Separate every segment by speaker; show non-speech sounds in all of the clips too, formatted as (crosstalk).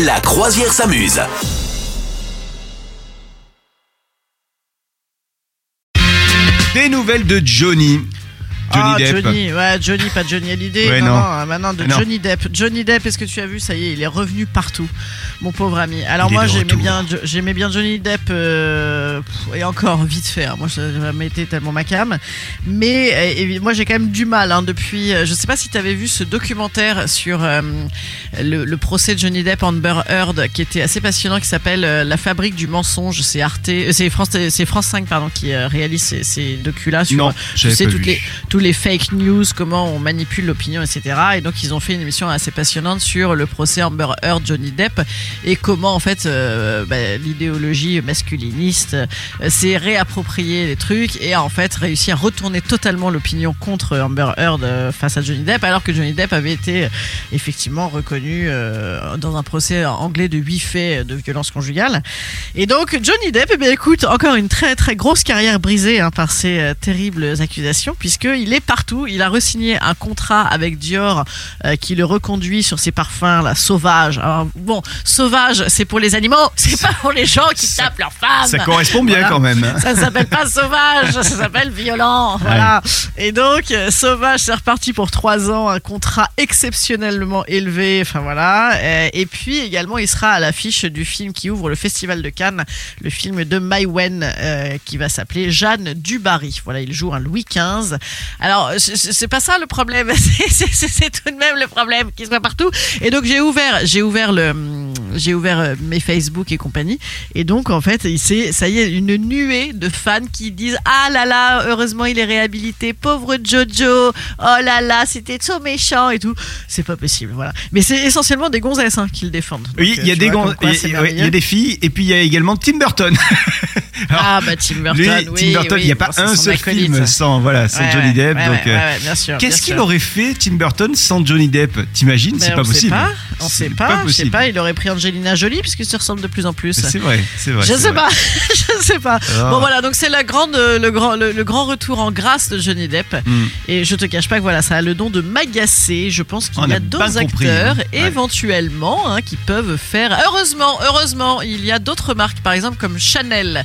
Speaker 1: La croisière s'amuse.
Speaker 2: Des nouvelles de Johnny. Johnny
Speaker 3: ah,
Speaker 2: Depp.
Speaker 3: Johnny, ouais, Johnny, pas Johnny Hallyday.
Speaker 2: Ouais,
Speaker 3: non,
Speaker 2: non.
Speaker 3: non, euh, maintenant de
Speaker 2: Non.
Speaker 3: Johnny Depp. Johnny Depp, est-ce que tu as vu Ça y est, il est revenu partout, mon pauvre ami. Alors
Speaker 2: Il est
Speaker 3: moi,
Speaker 2: de
Speaker 3: j'aimais
Speaker 2: retour.
Speaker 3: bien, Jo- j'aimais bien Johnny Depp euh, pff, et encore vite fait. hein. Moi, ça n'a jamais été tellement ma cam. Mais euh, et moi, j'ai quand même du mal hein, depuis. euh, Je sais pas si tu avais vu ce documentaire sur euh, le, le procès de Johnny Depp Amber Heard, qui était assez passionnant, qui s'appelle euh, La Fabrique du mensonge. C'est Arte, euh, c'est France, c'est France 5 pardon qui euh, réalise ces, ces docus là sur
Speaker 2: Non,
Speaker 3: tu
Speaker 2: j'avais
Speaker 3: sais,
Speaker 2: pas
Speaker 3: toutes
Speaker 2: vu.
Speaker 3: les, tous les fake news, comment on manipule l'opinion, etc. Et donc, ils ont fait une émission assez passionnante sur le procès Amber Heard, Johnny Depp, et comment, en fait, euh, bah, l'idéologie masculiniste euh, s'est réappropriée les trucs et a, en fait, réussi à retourner totalement l'opinion contre Amber Heard euh, face à Johnny Depp, alors que Johnny Depp avait été euh, effectivement reconnu euh, dans un procès anglais de huit faits de violence conjugale. Et donc Johnny Depp, eh bien, écoute, encore une très très grosse carrière brisée hein, par ces euh, terribles accusations, puisqu'il est partout. Il a re-signé un contrat avec Dior euh, qui le reconduit sur ses parfums là, sauvages. Alors, bon, sauvage, c'est pour les animaux, c'est pas pour les gens qui
Speaker 2: ça-
Speaker 3: tapent leurs femmes.
Speaker 2: Ça correspond bien
Speaker 3: Ah bah, Voilà.
Speaker 2: quand même. hein.
Speaker 3: Ça s'appelle pas sauvage, ça s'appelle violent. Voilà. Et donc, euh, sauvage, c'est reparti pour trois ans, un contrat exceptionnellement élevé. Enfin voilà. Euh, Et puis également, il sera à l'affiche du film qui ouvre le Festival de Cannes, le film de Mai Wen, euh, qui va s'appeler Jeanne Dubarry. Voilà, il joue un Louis XV. Alors, c'est- c'est c'est pas ça le problème. (laughs) C'est- c'est- C'est c'est tout de même le problème qui soit partout. Et donc, j'ai ouvert, j'ai ouvert le, hum, j'ai ouvert euh, mes Facebook et compagnie. Et donc, en fait, il s'est- ça y est, une nuée de fans qui disent Ah là là, heureusement, il est réhabilité, pauvre Jojo, oh là là, c'était trop méchant et tout. C'est pas possible, voilà. Mais c'est essentiellement des gonzesses hein, qui le défendent. Donc,
Speaker 2: Oui, il y,
Speaker 3: euh,
Speaker 2: a
Speaker 3: tu
Speaker 2: des
Speaker 3: vois,
Speaker 2: grands-
Speaker 3: comme quoi,
Speaker 2: il y a- ouais,
Speaker 3: c'est
Speaker 2: il y a
Speaker 3: merveilleux.
Speaker 2: des filles et puis il y a également Tim Burton.
Speaker 3: Ah bah Tim Burton,
Speaker 2: Lui,
Speaker 3: oui.
Speaker 2: Tim Burton,
Speaker 3: oui,
Speaker 2: il n'y a pas
Speaker 3: bon, c'est
Speaker 2: un
Speaker 3: son
Speaker 2: seul
Speaker 3: acolyte,
Speaker 2: film
Speaker 3: ça.
Speaker 2: sans voilà, sans
Speaker 3: Ouais,
Speaker 2: Johnny
Speaker 3: ouais,
Speaker 2: Depp.
Speaker 3: ouais,
Speaker 2: donc,
Speaker 3: ouais,
Speaker 2: euh,
Speaker 3: ouais, bien sûr, bien
Speaker 2: qu'est-ce qu'il
Speaker 3: sûr.
Speaker 2: aurait fait Tim Burton sans Johnny Depp T'imagines
Speaker 3: Ben,
Speaker 2: C'est pas
Speaker 3: on sait
Speaker 2: possible.
Speaker 3: pas, on
Speaker 2: C'est
Speaker 3: sait pas,
Speaker 2: pas
Speaker 3: je sais
Speaker 2: possible.
Speaker 3: pas, il aurait pris Angelina Jolie puisqu'il se ressemble de plus en plus.
Speaker 2: C'est vrai, c'est vrai.
Speaker 3: je
Speaker 2: c'est
Speaker 3: sais
Speaker 2: vrai.
Speaker 3: pas, je sais pas.
Speaker 2: Ah.
Speaker 3: Bon voilà, donc c'est la grande, euh, le grand, le, le grand retour en grâce de Johnny Depp.
Speaker 2: Hmm.
Speaker 3: Et je te cache pas que voilà, ça a le don de m'agacer. Je pense
Speaker 2: On
Speaker 3: qu'il y
Speaker 2: a
Speaker 3: a
Speaker 2: bien
Speaker 3: d'autres
Speaker 2: compris,
Speaker 3: acteurs
Speaker 2: hein. Ouais.
Speaker 3: éventuellement hein, qui peuvent faire. Heureusement, heureusement, il y a d'autres marques, par exemple comme Chanel,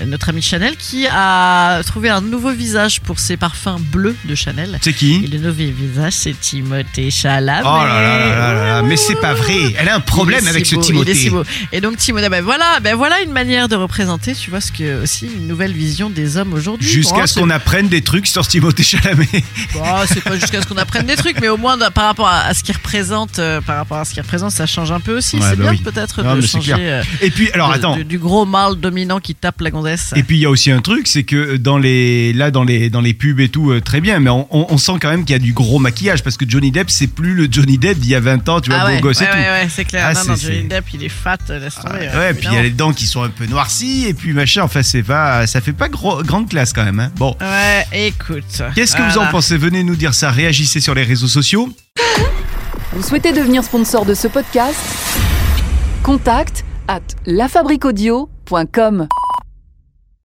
Speaker 3: Euh, notre ami Chanel, qui a trouvé un nouveau visage pour ses parfums bleus de Chanel.
Speaker 2: C'est qui
Speaker 3: Et le nouveau visage, c'est Timothée Chalamet.
Speaker 2: Oh là là là là là, mais c'est pas vrai. Elle a un problème
Speaker 3: Il est
Speaker 2: avec
Speaker 3: si
Speaker 2: ce
Speaker 3: beau,
Speaker 2: Timothée.
Speaker 3: il est si beau. Et donc Timothée, ben voilà, ben voilà une manière de représenter, tu vois, ce que aussi une nouvelle vision des hommes aujourd'hui.
Speaker 2: Jusqu'à
Speaker 3: Bon,
Speaker 2: ce
Speaker 3: Hein, c'est-
Speaker 2: qu'on apprenne des trucs sur Timothée Chalamet.
Speaker 3: Bon, c'est pas jusqu'à ce qu'on apprenne des trucs, mais au moins par rapport à, à ce qu'il représente, euh, par rapport à ce qu'il représente, ça change un peu aussi.
Speaker 2: Ouais,
Speaker 3: c'est
Speaker 2: bah
Speaker 3: bien
Speaker 2: oui.
Speaker 3: peut-être
Speaker 2: Non,
Speaker 3: de
Speaker 2: mais c'est
Speaker 3: changer.
Speaker 2: clair.
Speaker 3: euh,
Speaker 2: Et puis, alors
Speaker 3: de-
Speaker 2: attends.
Speaker 3: du, du gros mâle dominant qui tape la gonzesse.
Speaker 2: Et puis il y a aussi un truc, c'est que dans les, là dans les, dans les pubs et tout, euh, très bien, mais on, on- on sent quand même qu'il y a du gros maquillage parce que Johnny Depp, c'est plus le Johnny Depp d'il y a 20 ans, tu vois,
Speaker 3: ah
Speaker 2: bah, beau
Speaker 3: ouais,
Speaker 2: gosse
Speaker 3: ouais,
Speaker 2: et tout.
Speaker 3: ouais, ouais, c'est clair.
Speaker 2: Ah,
Speaker 3: non, non,
Speaker 2: c'est-
Speaker 3: Johnny
Speaker 2: c'est-
Speaker 3: Depp, il est fat, euh, laisse tomber.
Speaker 2: Ouais,
Speaker 3: euh,
Speaker 2: ouais, puis il y a
Speaker 3: évidemment.
Speaker 2: les dents qui sont un peu noircies et puis machin. Enfin, c'est pas, ça fait pas gros- grande classe quand même. hein. Bon,
Speaker 3: Ouais, écoute.
Speaker 2: qu'est-ce que vous
Speaker 3: Voilà.
Speaker 2: en pensez Venez nous dire ça. Réagissez sur les réseaux sociaux.
Speaker 4: Vous souhaitez devenir sponsor de ce podcast Contact à lafabriquaudio.com.